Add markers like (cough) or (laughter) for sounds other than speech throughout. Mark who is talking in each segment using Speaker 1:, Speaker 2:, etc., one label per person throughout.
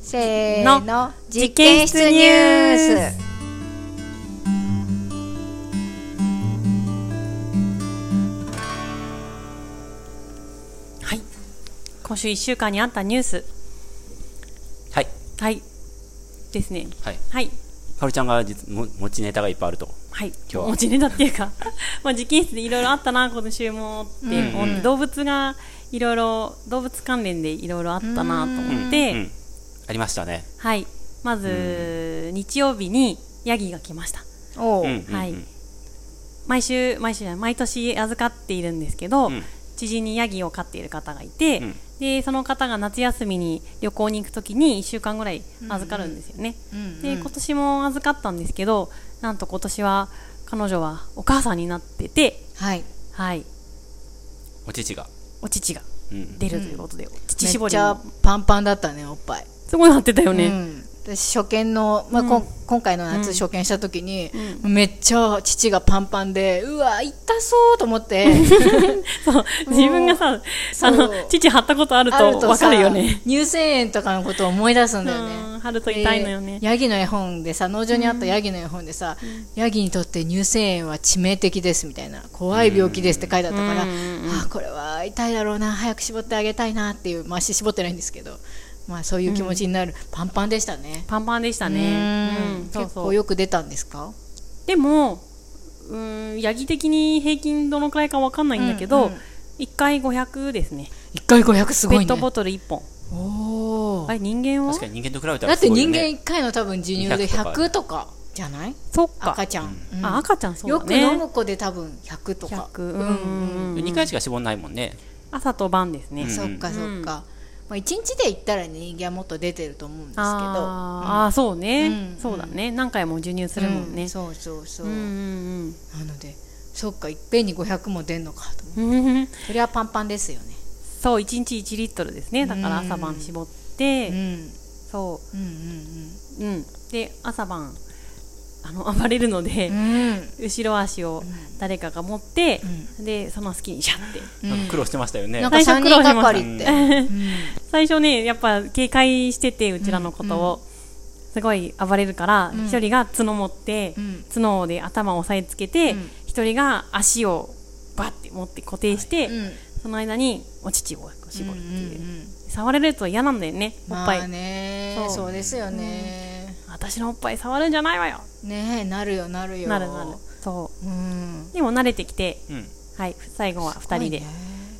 Speaker 1: せーの実験室ニュース
Speaker 2: はい今週1週間にあったニュース
Speaker 3: はい
Speaker 2: はいですね
Speaker 3: はい
Speaker 2: はい
Speaker 3: かおりちゃんが実も持ちネタがいっぱいあると
Speaker 2: はい
Speaker 3: 日は
Speaker 2: 持ちネタっていうか (laughs) まあ実験室でいろいろあったな今週もって思って、動物がいろいろ動物関連でいろいろあったなと思って、
Speaker 3: うんありましたね
Speaker 2: はいまず日曜日にヤギが来ました
Speaker 1: おう、
Speaker 3: うんうん
Speaker 2: はい毎週毎週じゃない毎年預かっているんですけど、
Speaker 3: ん
Speaker 2: 知人にヤギを飼っている方がいて、
Speaker 3: うん
Speaker 2: でその方が夏休みに旅行に行くときに1週間ぐらい預かるんですよね、
Speaker 1: うん
Speaker 2: で今年も預かったんですけどなんと今年は彼女はお母さんになってて
Speaker 1: はい
Speaker 2: はい
Speaker 3: お乳が
Speaker 2: お乳が
Speaker 3: うん
Speaker 2: 出るということで、お乳
Speaker 1: め
Speaker 2: 絞
Speaker 1: っ
Speaker 2: り
Speaker 1: ちゃ
Speaker 2: も
Speaker 1: パンパンだったねおっぱい、
Speaker 2: すごいなってたよね、
Speaker 1: うん、私初見の、まあこん今回の夏初見した時に、めっちゃ父がパンパンでうわ痛そうと思って
Speaker 2: そう自分がさ
Speaker 1: そう
Speaker 2: あの父張ったことある
Speaker 1: ある
Speaker 2: と
Speaker 1: と
Speaker 2: わ
Speaker 1: さ
Speaker 2: かる
Speaker 1: (laughs)
Speaker 2: よね
Speaker 1: 乳腺炎とかのことを思い出すんだよね、
Speaker 2: うん貼ると痛いのよね
Speaker 1: でヤギの絵本でさ農場にあったヤギの絵本でさ、ヤギにとって乳腺炎は致命的ですみたいな怖い病気ですって書いてあったから、ああこれは痛いだろうな早く絞ってあげたいなっていうまあ足絞ってないんですけど、まあ、そういう気持ちになる、パンパンでしたね。
Speaker 2: パンパンでした
Speaker 1: うん
Speaker 2: ねうんそう
Speaker 1: 結
Speaker 2: そ
Speaker 1: 構
Speaker 2: う
Speaker 1: よく出たんですか
Speaker 2: でもうーんヤギ的に平均どのくらいかわかんないんだけ
Speaker 1: うんう
Speaker 2: ど、
Speaker 1: ん
Speaker 2: 一1回500ですね
Speaker 1: 1回500すごいね
Speaker 2: ペットボトル1本
Speaker 1: おー
Speaker 2: あれ人間は
Speaker 3: 確かに人間と比べた
Speaker 1: だ
Speaker 3: ら
Speaker 1: っ
Speaker 3: す
Speaker 1: て
Speaker 3: ごいよ
Speaker 1: 人間
Speaker 3: ね
Speaker 1: 1回の多分授乳で100
Speaker 3: 100
Speaker 1: とかじゃない
Speaker 2: そっか
Speaker 1: 赤ちゃん、うん
Speaker 2: あ赤ちゃんそう
Speaker 1: よ
Speaker 2: だ
Speaker 1: く
Speaker 2: ね
Speaker 1: 飲む子で多分100とか
Speaker 2: 100うんうんうん
Speaker 3: 2回しか絞んないもんね
Speaker 2: 朝と晩ですね、
Speaker 3: うん
Speaker 1: そっかそっか、
Speaker 2: うん
Speaker 1: まあ、一日で行ったら人間はもっと出てると思うんですけど
Speaker 2: あー、あーそうね、
Speaker 1: うん
Speaker 2: そうだね何回も授乳するもんね、
Speaker 1: うそうそうそう、
Speaker 2: うんうん
Speaker 1: なのでそっかいっぺんに500も出んのかと思って
Speaker 2: うん
Speaker 1: それはパンパンですよね
Speaker 2: そう1日1リットルですねだから朝晩絞って、
Speaker 1: うん
Speaker 2: そ
Speaker 1: うん
Speaker 2: ううんで朝晩あの (laughs) 暴れるので、
Speaker 1: うんうんうん
Speaker 2: 後ろ足を誰かが持って、でその隙にシャって
Speaker 3: なんか苦労してましたよね
Speaker 1: なんか
Speaker 2: 最
Speaker 1: 3
Speaker 2: 初苦労
Speaker 1: 人
Speaker 2: しました
Speaker 1: がかりって、うん
Speaker 2: 最初ねやっぱ警戒しててうちらのことを、すごい暴れるから
Speaker 1: ん
Speaker 2: 一、人が角持って、
Speaker 1: うん
Speaker 2: 角で頭を押さえつけて
Speaker 1: うん
Speaker 2: 一、人が足をバッて持って固定して、
Speaker 1: うん
Speaker 2: その間にお乳を絞るってい
Speaker 1: う
Speaker 2: う、
Speaker 1: んうんうん
Speaker 2: 触れると嫌なんだよねおっぱい、
Speaker 1: まあね
Speaker 2: そ
Speaker 1: そううですよね、
Speaker 2: 私のおっぱい触るんじゃないわよ
Speaker 1: ねえなるよなるよ
Speaker 2: なるなるそ
Speaker 1: うん
Speaker 2: うでも慣れてきて
Speaker 3: うん
Speaker 2: はい最後は2人で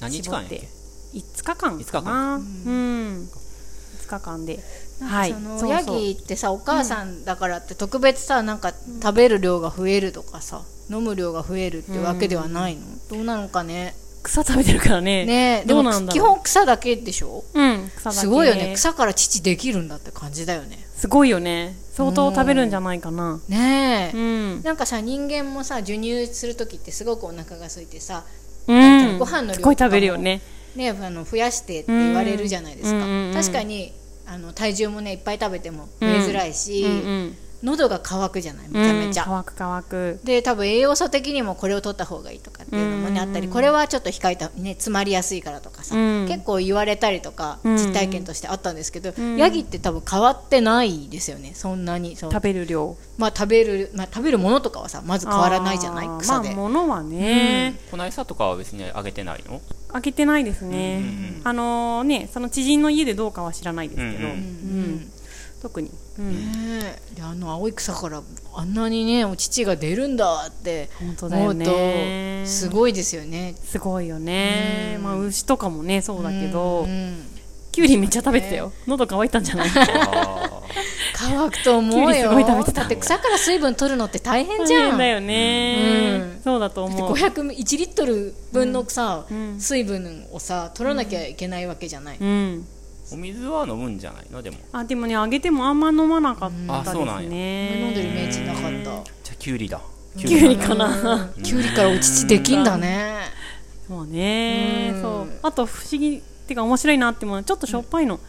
Speaker 3: 何日
Speaker 2: 絞
Speaker 3: 間
Speaker 2: っ
Speaker 3: やっけ
Speaker 2: て5日間
Speaker 3: 5
Speaker 2: か
Speaker 3: 日
Speaker 2: な
Speaker 3: 間
Speaker 2: うん5日間で
Speaker 1: は、
Speaker 2: はいい
Speaker 1: そ
Speaker 2: そ
Speaker 1: の
Speaker 2: う
Speaker 1: ヤ
Speaker 2: そう
Speaker 1: ギってさお母さんだからって特別さなんか食べる量が増えるとかさ飲む量が増えるってわけではないの、どうなのかね
Speaker 2: 草食べてるからね
Speaker 1: ねえで
Speaker 2: どう
Speaker 1: も
Speaker 2: なんだ
Speaker 1: 基
Speaker 2: ろ
Speaker 1: 本草だけでしょ
Speaker 2: ううん草だけ
Speaker 1: すごいよね草から乳できるんだって感じだよね
Speaker 2: すごいよね相当食べるんじゃないかな
Speaker 1: ね
Speaker 2: う
Speaker 1: え、
Speaker 2: ん
Speaker 1: なんかさ人間もさ授乳する時ってすごくお腹が空いてさ、
Speaker 2: うん
Speaker 1: ご飯の量とかも
Speaker 2: すごい食べるよね
Speaker 1: ね、あの増やしてって言われるじゃないですか、
Speaker 2: うんうんうん
Speaker 1: 確かにあの体重もねいっぱい食べても増えづらいし、
Speaker 2: うんうん
Speaker 1: 喉が渇くじゃないめちゃめちゃ、
Speaker 2: うん乾く乾く
Speaker 1: で多分栄養素的にもこれを取った方がいいとかっていうのもねあったりこれはちょっと控えた、ね、詰まりやすいからとかさ、
Speaker 2: うん
Speaker 1: 結構言われたりとか
Speaker 2: うん
Speaker 1: 実体験としてあったんですけど、ヤギって多分変わってないですよねそんなにそう
Speaker 2: 食べる量
Speaker 1: まあ、食べる、まあ、食べるものとかはさまず変わらないじゃない
Speaker 2: あー
Speaker 1: 草で、
Speaker 2: まあ物はね
Speaker 3: この餌とかは別にあげてないの
Speaker 2: 開けてないですねあのねその知人の家でどうかは知らないですけど
Speaker 3: うんうん
Speaker 2: うん特にうん
Speaker 1: ねえであの青い草からあんなにねお乳が出るんだって
Speaker 2: 本当だ
Speaker 1: 思
Speaker 2: よ
Speaker 1: うと
Speaker 2: ね
Speaker 1: すごいですよね。
Speaker 2: すごいよねまあ牛とかもねそうだけど
Speaker 1: うん
Speaker 2: キュウリめっちゃ食べてたよ喉乾いたんじゃない
Speaker 3: あ
Speaker 1: 乾くと思うよ
Speaker 2: きゅうりすごい食べてた
Speaker 1: だって草から水分取るのって大変じ
Speaker 2: 大
Speaker 1: ゃん
Speaker 2: 変だよね
Speaker 1: うん
Speaker 2: そうだと
Speaker 1: だって
Speaker 2: 思う
Speaker 1: 500ミ1リットル分のさ、
Speaker 2: うん
Speaker 1: 水分をさ取らなきゃいけないわけじゃない、
Speaker 2: うん
Speaker 3: ーお水は飲むんじゃないのでも
Speaker 2: あでもねあげてもあんま飲まなかっ
Speaker 3: あ
Speaker 2: た
Speaker 3: そう
Speaker 2: で
Speaker 3: な
Speaker 2: す
Speaker 3: ん
Speaker 2: ね
Speaker 1: 飲んでるイメージなかった
Speaker 3: じゃあキュウリだキ
Speaker 2: キュウリ
Speaker 3: だ
Speaker 2: かな
Speaker 1: きゅうりからお乳できんだね
Speaker 2: そうね
Speaker 1: うん
Speaker 2: そうあと不思議ってか面白いなってものはちょっとしょっぱいの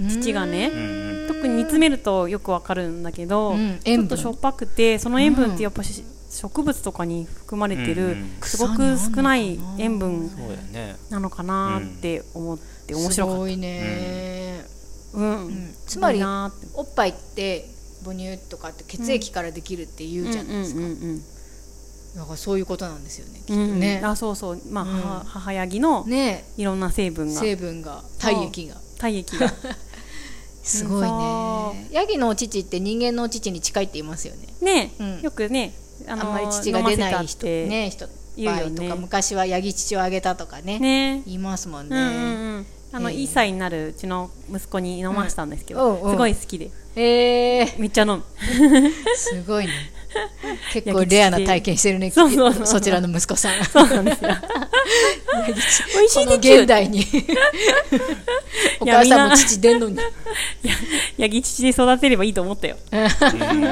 Speaker 2: 父がね
Speaker 3: うん
Speaker 2: 特に煮詰めるとよくわかるんだけど、
Speaker 1: うん
Speaker 2: ちょ
Speaker 1: 塩
Speaker 2: っと
Speaker 1: 分
Speaker 2: しょっぱくてその塩分ってやっぱし、植物とかに含まれてる、
Speaker 3: うんうん
Speaker 2: すごく少ない塩分
Speaker 3: そうだよね
Speaker 2: なのかなって思って面白
Speaker 1: す
Speaker 2: かっ
Speaker 1: ごいね、
Speaker 2: うん、
Speaker 1: うんつまり
Speaker 2: いいなーって
Speaker 1: おっぱいって母乳とかって血液からできるって言うじゃないですか、
Speaker 2: うんうんうんうん
Speaker 1: だからそういうことなんですよねきっと
Speaker 2: うん
Speaker 1: ね、
Speaker 2: あそうそう、まあ
Speaker 1: うん
Speaker 2: 母母ヤギの
Speaker 1: ね
Speaker 2: いろんな成分が
Speaker 1: 成分が体液が
Speaker 2: 体液が
Speaker 1: すごい
Speaker 2: そ
Speaker 1: ねヤギのお乳って人間のお乳に近いって言いますよね
Speaker 2: ね、
Speaker 1: (laughs) うん
Speaker 2: よくねあ
Speaker 1: あ
Speaker 2: の
Speaker 1: んまり乳が出ない人
Speaker 2: 飲ませ
Speaker 1: ね人
Speaker 2: 言うよね
Speaker 1: 場合とか昔はヤギ乳をあげたとかね
Speaker 2: たってね
Speaker 1: 言いますもん
Speaker 2: う
Speaker 1: ね、
Speaker 2: んうんうんあの、
Speaker 1: ええ
Speaker 2: 1歳になるうちの息子に飲ましたんですけど、
Speaker 1: うんおうおう
Speaker 2: すごい好きで
Speaker 1: えー、
Speaker 2: めっちゃ飲む
Speaker 1: すごい
Speaker 2: (laughs)
Speaker 1: ね結構レアな体験してるね
Speaker 2: そうそうそう
Speaker 1: そちらの息子さん
Speaker 2: そうな
Speaker 1: (laughs)
Speaker 2: んですよ美味し
Speaker 1: こ
Speaker 2: い
Speaker 1: の
Speaker 2: で
Speaker 1: 現
Speaker 2: ちゅ
Speaker 1: 代にお
Speaker 2: いや
Speaker 1: 母
Speaker 2: みんな
Speaker 1: さんも父出んのに
Speaker 2: ヤギ乳で育てればいいと思ったよ
Speaker 3: うん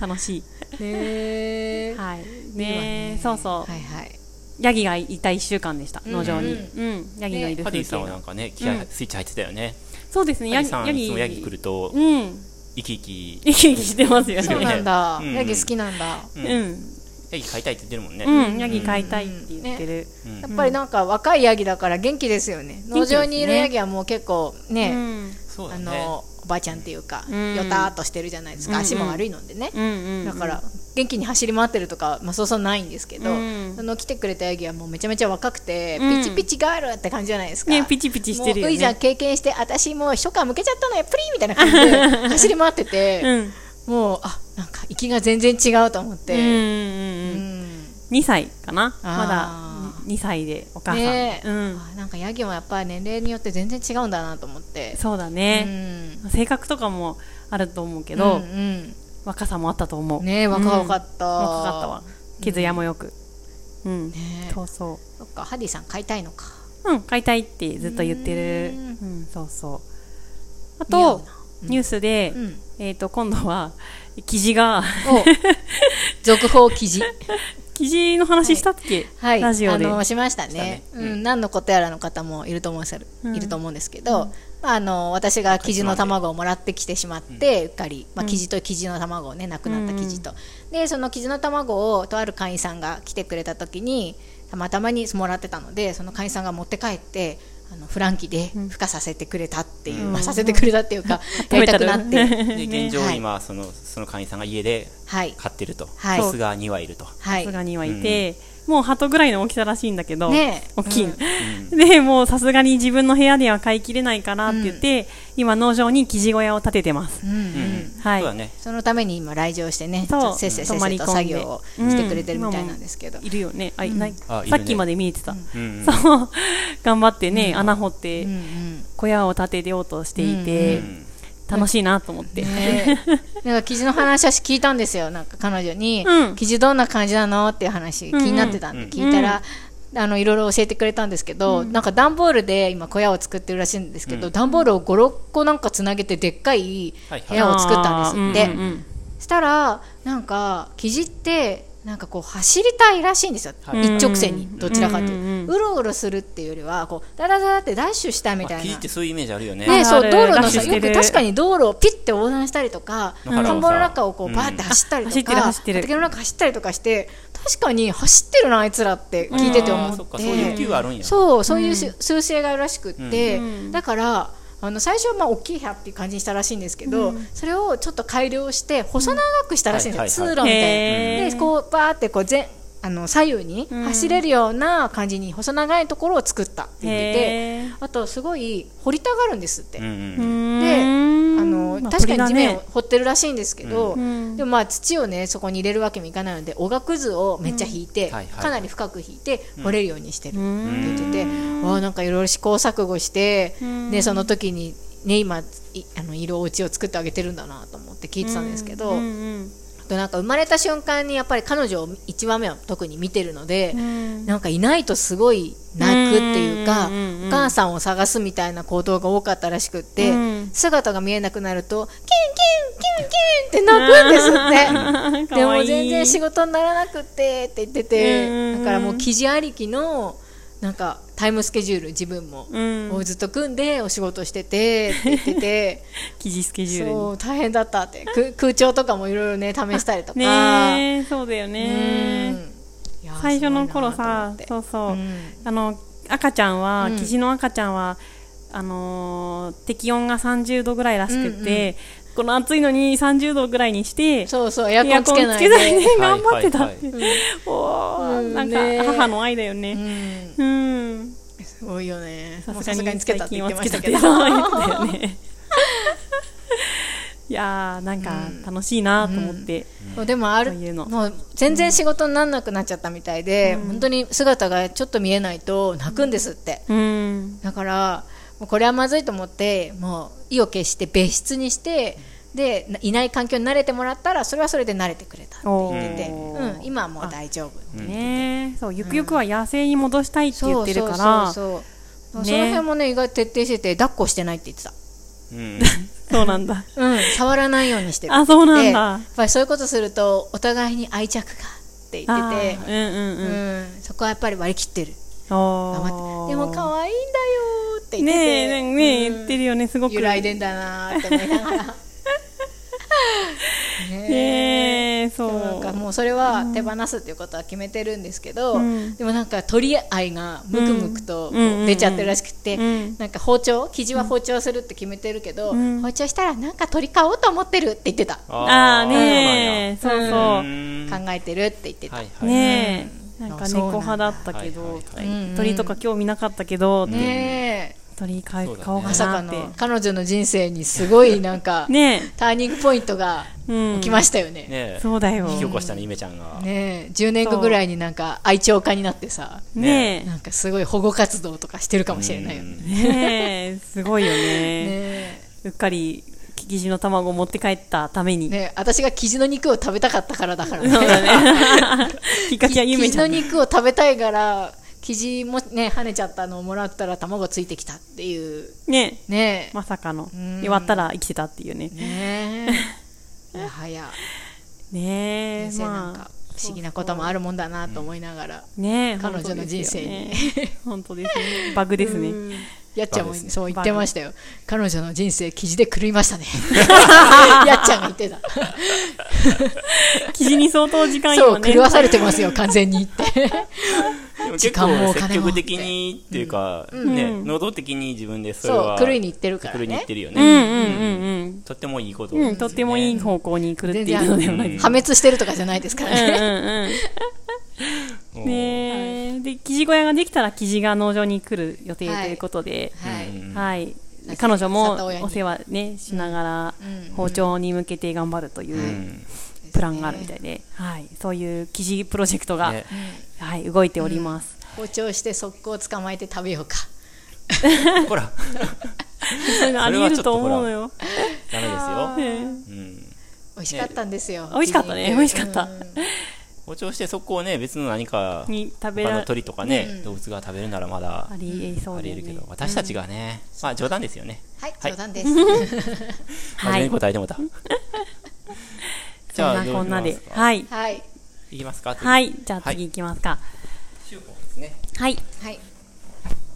Speaker 2: 楽し
Speaker 1: ね
Speaker 2: い
Speaker 1: は
Speaker 2: は
Speaker 1: い
Speaker 2: い
Speaker 1: いわ
Speaker 2: ねそうそう、
Speaker 1: はいはい
Speaker 2: ヤギがいた1週間でした
Speaker 1: うん
Speaker 2: 農場に、
Speaker 1: う
Speaker 2: うんヤギのいる
Speaker 3: ハデ
Speaker 2: 風
Speaker 3: ィさ
Speaker 2: 景
Speaker 3: んはな
Speaker 2: が
Speaker 3: んかね、気合いスイッチ入ってたよね。
Speaker 2: そうですねヤ
Speaker 3: ハデ
Speaker 2: ギ
Speaker 3: ィさ
Speaker 2: ヤ
Speaker 3: ん、い
Speaker 2: ギ
Speaker 3: つもヤギ来ると、
Speaker 2: うん
Speaker 3: 生き生き、
Speaker 2: 生き生きしてますよ
Speaker 3: いい
Speaker 1: そ
Speaker 3: よ
Speaker 1: う
Speaker 3: ね
Speaker 2: ね
Speaker 1: なんだ、
Speaker 3: うん
Speaker 1: ヤギ好きなんだ、
Speaker 3: う
Speaker 2: うんん
Speaker 3: ヤギ飼いたいって言ってるもんね。
Speaker 2: うん、ヤギ飼いたいって言ってる。
Speaker 3: うん
Speaker 1: やっぱりなんか若いヤギだから元気ですよね
Speaker 2: 元気
Speaker 1: 農
Speaker 2: ですね
Speaker 1: 場にいるヤギはもう結構ね、
Speaker 3: そうだ
Speaker 1: あ
Speaker 3: ね。
Speaker 1: のおばあちゃんっていうか、
Speaker 2: うん
Speaker 1: よたーっとしてるじゃないですか、
Speaker 2: うん
Speaker 1: 足も悪いのでね、
Speaker 2: うん、うん、うん。
Speaker 1: だから、元気に走り回ってるとか、まあ、そうそうないんですけど、
Speaker 2: うん
Speaker 1: あの来てくれたヤギはもうめちゃめちゃ若くて、
Speaker 2: う
Speaker 1: ピ
Speaker 2: ん
Speaker 1: チピチガールって感じじゃないですか、
Speaker 2: ね、ピチピチしてる
Speaker 1: も
Speaker 2: よ
Speaker 1: うういじゃん
Speaker 2: ね。
Speaker 1: 経験して私もう初夏向けちゃったのよプリンみたいな感じで走り回ってて、
Speaker 2: うん。
Speaker 1: もうあなんか息が全然違うと思っ
Speaker 2: うん
Speaker 1: て、
Speaker 2: うん
Speaker 1: う
Speaker 2: うん、
Speaker 1: ん
Speaker 2: 2歳かな
Speaker 1: あ
Speaker 2: まだ2歳でお母さん、
Speaker 1: ねえ
Speaker 2: うん、
Speaker 1: あなんかヤギはやっぱり年齢によって全然違うんだなと思って
Speaker 2: そうだ
Speaker 1: う
Speaker 2: ね、
Speaker 1: ん
Speaker 2: 性格とかもあると思うけど、
Speaker 1: うんうん
Speaker 2: 若さもあったと思う
Speaker 1: ねえ若々か
Speaker 2: た、
Speaker 1: った、
Speaker 2: うん若かったわ毛やもよくうん、
Speaker 1: ねえ
Speaker 2: そうそ
Speaker 1: そっかハディさん買いたいのか
Speaker 2: ううん飼いたいってずっと言ってる
Speaker 1: う
Speaker 2: うん、そうそうあ
Speaker 1: 似合う
Speaker 2: と
Speaker 1: な
Speaker 2: ニュースで、
Speaker 1: うん
Speaker 2: えっ、と今度は (laughs) 記事が (laughs)
Speaker 1: お続報記事
Speaker 2: 記事の話したっけ、
Speaker 1: はい
Speaker 2: ラジオで。
Speaker 1: あのしましたね
Speaker 3: したね
Speaker 1: うん、何のことやらの方もいると思うさる、
Speaker 2: うん
Speaker 1: いると思うんですけど、まあ、あの私が生地の卵をもらってきてしまって、うっかり、まあ、生地と生地の卵をねなくなった生地と、でその生地の卵をとある会員さんが来てくれた時にたまたまにもらってたのでその会員さんが持って帰ってあのフランキで孵化させてくれたっていう、
Speaker 2: うん
Speaker 1: まあ、させてくれたっていう
Speaker 2: (laughs)
Speaker 1: か、やりたくなって
Speaker 3: で、現状、
Speaker 1: はい
Speaker 3: 今、その、その会員さんが家で
Speaker 1: はい
Speaker 3: 飼ってると。
Speaker 1: はい
Speaker 3: オスが2羽いると。
Speaker 1: は
Speaker 2: さすが
Speaker 1: い
Speaker 2: にはいて、もう鳩ぐらいの大きさらしいんだけど、
Speaker 1: ねえ
Speaker 2: 大きい、
Speaker 1: うん
Speaker 2: でもうさすがに自分の部屋では飼いきれないからって言って、今農場に生地小屋を建ててます、
Speaker 1: うん
Speaker 3: うん
Speaker 2: はい
Speaker 3: そうだね。
Speaker 1: そのために今来場してねち
Speaker 2: そう
Speaker 1: ょっとせっせせっせと
Speaker 2: 泊ま
Speaker 1: 作
Speaker 2: り込んで
Speaker 1: 業をしてくれてるみたいなんですけど、
Speaker 2: いるよねあいない
Speaker 3: あいるね
Speaker 2: さっきまで見えてた、
Speaker 3: うんうん
Speaker 2: そう (laughs) 頑張ってね、穴掘って、
Speaker 1: うんうん
Speaker 2: 小屋を建てようとしていて、
Speaker 3: うん
Speaker 2: 楽しいなと思って、
Speaker 1: ねえなんか記事の話は聞いたんですよなんか彼女に、
Speaker 2: うん
Speaker 1: 記事どんな感じなのっていう話気になってたんで、
Speaker 3: うん
Speaker 1: 聞いたら、あのいろいろ教えてくれたんですけど、なんか段ボールで今小屋を作ってるらしいんですけど、
Speaker 3: うん
Speaker 1: 段ボールを56個なんかつなげてでっかい部屋を作ったんですって、
Speaker 2: あーうんうんうん
Speaker 1: したらなんか生地ってなんかこう走りたいらしいんですよ、
Speaker 3: はい
Speaker 1: 一直線にどちらかというと、
Speaker 2: う
Speaker 1: うん
Speaker 2: うんうん
Speaker 1: ろうろするっていうよりはこうダラダラってダッシュしたいみ
Speaker 3: ま
Speaker 1: た
Speaker 3: あ、
Speaker 1: い
Speaker 3: 生地
Speaker 1: な
Speaker 3: ってそういうイメージあるよね。
Speaker 1: ね、そ
Speaker 2: あ
Speaker 1: う
Speaker 2: る
Speaker 1: 道路
Speaker 2: ダ
Speaker 1: の
Speaker 2: ッシュ
Speaker 1: さ
Speaker 2: し
Speaker 1: よ
Speaker 2: てる
Speaker 1: く確かに道路をピッて横断したりとか
Speaker 3: だから
Speaker 1: 田んぼの中をこ
Speaker 3: う
Speaker 1: うんバーって走ったりと
Speaker 2: 走ってる
Speaker 1: か、
Speaker 2: 走ってる
Speaker 1: 畑の中走ったりとかして確かに走ってるなあいつらって聞いてて思
Speaker 3: あー
Speaker 1: って、
Speaker 3: そっか、そういう欲求があるんや。
Speaker 1: そうそういうし数勢があるらしくって、
Speaker 2: うん
Speaker 1: だからあの最初はまあ大きい部屋っていう感じにしたらしいんですけど、それをちょっと改良して細長くしたらしいんですよ、
Speaker 3: うんは
Speaker 1: 通路み
Speaker 3: い
Speaker 1: たいな。
Speaker 2: へー
Speaker 1: でこうバーってこう全あの左右に走れるような感じに細長いところを作ったって言ってて、
Speaker 2: へー
Speaker 1: あとすごい掘りたがるんですって。
Speaker 3: うんう
Speaker 2: う
Speaker 3: んうん。
Speaker 1: で、
Speaker 2: ん
Speaker 1: あの
Speaker 2: まあ
Speaker 1: 確かに地面を
Speaker 2: 鳥だね
Speaker 1: 掘ってるらしいんですけど、
Speaker 2: うん
Speaker 1: でもまあ土をねそこに入れるわけにもいかないのでおがくずをめっちゃ引いて、
Speaker 3: うんはいはい
Speaker 1: かなり深く引いて掘れるようにしてるっ
Speaker 2: う
Speaker 1: て言
Speaker 2: ん
Speaker 1: ってて、わあなんかいろいろ試行錯誤して、
Speaker 2: うん
Speaker 1: でその時にね今いあの色お家を作ってあげてるんだなと思って聞いてたんですけど、
Speaker 2: うんうん
Speaker 1: あとなんか生まれた瞬間にやっぱり彼女を1話目は特に見てるので、
Speaker 2: うん
Speaker 1: なんかいないとすごい泣くっていうか、
Speaker 2: うんうんうんうん
Speaker 1: お母さんを探すみたいな行動が多かったらしくって、
Speaker 2: うん
Speaker 1: 姿が見えなくなるとキュンキュンキュンキュンって泣くんです (laughs) って。
Speaker 2: うん
Speaker 1: で
Speaker 2: かわい
Speaker 1: も
Speaker 2: い
Speaker 1: 全然仕事にならなくてって言ってて、
Speaker 2: うんうんう
Speaker 1: だ
Speaker 2: ん
Speaker 1: からもう記事ありきのなんかタイムスケジュール自分も、
Speaker 2: うん
Speaker 1: をずっと組んでお仕事しててって言って
Speaker 2: (laughs)
Speaker 1: て
Speaker 2: 記事スケジュールに
Speaker 1: そう大変だったってく空調とかもいろいろね試したりとか、
Speaker 2: ねえそうだよ
Speaker 1: うん
Speaker 2: ね
Speaker 1: いやー
Speaker 2: 最初の頃さ
Speaker 1: すごいなーと思って
Speaker 2: そうそう、
Speaker 1: うん
Speaker 2: あの赤ちゃんは、
Speaker 1: うん
Speaker 2: キジの赤ちゃんはあのー適温が30度ぐらいらしくて、この暑いのに30度ぐらいにして、
Speaker 1: そうそうエアコンつけないで
Speaker 2: (laughs) エアコンつけないで
Speaker 3: はい
Speaker 2: 頑張ってたって。
Speaker 3: は
Speaker 2: おー
Speaker 1: うん
Speaker 2: なんか
Speaker 1: ね
Speaker 2: 母の愛だよ
Speaker 1: う
Speaker 2: ね。
Speaker 1: ん
Speaker 2: うん。
Speaker 1: すごいよねもう
Speaker 2: さ
Speaker 1: さす
Speaker 2: すが
Speaker 1: が
Speaker 2: に
Speaker 1: に
Speaker 2: つ
Speaker 1: つ
Speaker 2: け
Speaker 1: け
Speaker 2: た
Speaker 1: た
Speaker 2: っ
Speaker 1: ってて
Speaker 2: 言
Speaker 1: 言
Speaker 2: っ
Speaker 1: ってて
Speaker 2: ま
Speaker 1: ま
Speaker 2: し
Speaker 1: したた
Speaker 2: け
Speaker 1: け
Speaker 2: ど
Speaker 1: ど
Speaker 2: (laughs) いやーなんか楽しいなと思って、
Speaker 1: そうでもある
Speaker 2: そういうの
Speaker 1: もう全然仕事にならなくなっちゃったみたいで、本当に姿がちょっと見えないと泣くんですって、
Speaker 2: うん、
Speaker 1: だからもうこれはまずいと思ってもう意を決して別室にしてでないない環境に慣れてもらったらそれはそれで慣れてくれたって
Speaker 2: お
Speaker 1: 言ってて、
Speaker 2: ー
Speaker 1: うん、今はもう大丈夫
Speaker 2: ねえそうゆくゆくは野生に戻したいって言
Speaker 1: そ
Speaker 2: っ
Speaker 1: う
Speaker 2: て
Speaker 1: そ
Speaker 2: る
Speaker 1: う
Speaker 2: から、
Speaker 1: そうそう、
Speaker 2: ね
Speaker 1: その辺もね意外と徹底してて抱っこしてないって言ってた
Speaker 3: うん
Speaker 2: そうなんだ。
Speaker 1: うん、触らないようにしてる
Speaker 2: あそうなんだ
Speaker 1: ってやっぱりそういうことするとお互いに愛着がって言
Speaker 2: あ
Speaker 1: ってて
Speaker 2: ーうん
Speaker 1: う
Speaker 2: うんうん。
Speaker 1: ん、そこはやっぱり割り切ってる頑張
Speaker 2: あ
Speaker 1: ってでも
Speaker 2: わ
Speaker 1: 可愛いんだよって言って
Speaker 2: ね
Speaker 1: て
Speaker 2: え、ねえねえ、言ってるよね、すごく。
Speaker 1: 揺らいでんだなーって思いなが
Speaker 2: (laughs)
Speaker 1: らねえ
Speaker 2: ねえ、そ
Speaker 1: でもなん
Speaker 2: う。
Speaker 1: かもうそれは手放すっていうことは決めてるんですけど、
Speaker 2: うん
Speaker 1: でもなんか鳥愛がムクムクとこ
Speaker 2: うんうんうん
Speaker 1: う出ちゃってるらしくて、
Speaker 2: うん
Speaker 1: なんか包丁生地は包丁するって決めてるけど、
Speaker 2: うん
Speaker 1: 包丁したらなんか鳥買おうと思ってるって言ってた、
Speaker 2: ああ、ねえ、
Speaker 1: そ
Speaker 2: そ
Speaker 1: な
Speaker 2: う
Speaker 1: ん
Speaker 2: う
Speaker 1: や
Speaker 2: そう。
Speaker 1: 考えてるって言ってた、
Speaker 3: はいはい
Speaker 2: ねえ、
Speaker 1: うん
Speaker 2: なんか
Speaker 1: そうなんだ
Speaker 2: 猫派だったけ
Speaker 3: はい
Speaker 2: ど、
Speaker 3: はい
Speaker 1: はい
Speaker 2: 鳥とか興味なかったけど、
Speaker 1: ねえ
Speaker 2: 鳥買い
Speaker 3: そうだね
Speaker 2: 買おうか
Speaker 1: まさか
Speaker 2: なっ
Speaker 1: の
Speaker 2: て。
Speaker 1: 彼女の人生にすごいなんか、
Speaker 2: (laughs) ね
Speaker 1: ターニングポイントが
Speaker 2: え、うん
Speaker 1: 起きましたよね,、
Speaker 3: ねえ
Speaker 2: そうだよ
Speaker 3: 引。き起こしたねゆめちゃんが
Speaker 1: ねえ10年後ぐらいになんか愛鳥家になってさ
Speaker 2: ね
Speaker 1: なんかすごい保護活動とかしてるかもしれないよね,、
Speaker 2: え、ねえ、すごいよね。
Speaker 1: ね
Speaker 2: うっかり、キキジの卵を持って帰ったため
Speaker 1: え
Speaker 2: に。
Speaker 1: ねえ私がキジの肉を食べたかったからだからね (laughs)
Speaker 2: そうだね。きっかけはゆめ
Speaker 1: キ
Speaker 2: ち
Speaker 1: ジ
Speaker 2: ゃ
Speaker 1: の
Speaker 2: ん。
Speaker 1: 肉を食べたいからキジもね跳ねちゃったのをもらったら卵ついてきたっていう
Speaker 2: ねえ、
Speaker 1: ね
Speaker 2: まさかの。
Speaker 1: ん
Speaker 2: で割ったら生きてたっていうね
Speaker 1: え。
Speaker 2: (laughs)
Speaker 1: ねえもはや人
Speaker 2: ねえ、
Speaker 1: 生なん
Speaker 2: ま
Speaker 1: か
Speaker 2: あ。
Speaker 1: 不思議なこともあるもんだなと思いながら、
Speaker 2: ねえ、
Speaker 1: 彼女の人生に
Speaker 2: 本当ですよね。本当ですね。バグですね。
Speaker 1: やっちゃんも
Speaker 3: バカですね
Speaker 1: そう言ってましたよ彼女の人生記事で狂いま
Speaker 2: (laughs)
Speaker 1: したね (laughs) やっちゃんが言ってた
Speaker 2: キジに相当時間
Speaker 1: そ
Speaker 2: 今
Speaker 1: う
Speaker 2: ね。
Speaker 1: 狂わされてますよ完全にって
Speaker 2: (laughs)
Speaker 3: でも
Speaker 1: 時
Speaker 3: 結
Speaker 1: 間もお
Speaker 3: 構
Speaker 1: 金も
Speaker 3: 積極的にっていうかね能動的に自分でそれ
Speaker 1: そ
Speaker 3: は
Speaker 1: う狂いに行ってるから
Speaker 3: 狂いに行
Speaker 1: ね
Speaker 3: ってるよ
Speaker 2: うんう
Speaker 3: ね
Speaker 2: んうんうん。
Speaker 3: とってもいいこと
Speaker 2: うん、とってもいい
Speaker 3: 方
Speaker 2: 方向に来るって
Speaker 1: 全
Speaker 2: い
Speaker 1: 然
Speaker 2: うのではないです。
Speaker 1: 破滅してるとかじゃないですから
Speaker 2: うん
Speaker 1: ね、
Speaker 2: うんう
Speaker 1: (laughs)
Speaker 2: ん。ねえ、で、生地小屋ができたら生地が農場に来る予定ということで、
Speaker 1: はい、
Speaker 2: はい。
Speaker 1: うん
Speaker 2: 彼女も
Speaker 1: 里親に
Speaker 2: お世話ね、しなが
Speaker 1: うん
Speaker 2: ら包丁に向けて頑張るというプランがあるみた
Speaker 1: い
Speaker 2: いで、はい。そういう生地プロジェクトが
Speaker 3: ね、
Speaker 2: はい、動いております。
Speaker 1: 包丁して速攻捕まえて食べようか
Speaker 3: ほら
Speaker 2: そういう (laughs) のあり得ると思うのよ。
Speaker 3: ダメですよ
Speaker 2: ね
Speaker 3: うん
Speaker 1: 美味しかったんですよ、
Speaker 2: 美味しかったね。美味しかった。
Speaker 3: 包丁してそこをね別の何か
Speaker 2: に食べ
Speaker 3: 他
Speaker 2: ら
Speaker 3: の鳥とかね動物が食べるならまだ
Speaker 2: ありえそう
Speaker 3: あ
Speaker 2: だ
Speaker 3: り
Speaker 2: よ
Speaker 3: えるけ
Speaker 2: ね
Speaker 3: ど。私たちがねまあ冗談ですよね
Speaker 1: はい
Speaker 3: はい
Speaker 1: 冗談です、
Speaker 2: (laughs)
Speaker 3: 真面目に答えてもうたじ
Speaker 2: そん
Speaker 3: ゃ
Speaker 2: な
Speaker 3: あ
Speaker 2: こんな
Speaker 3: ど
Speaker 2: で
Speaker 3: うします。か
Speaker 2: はい。
Speaker 1: はい
Speaker 3: いきますか
Speaker 2: はいい。じゃあ次行きますか。
Speaker 3: 週報ですね
Speaker 2: はい。
Speaker 1: はい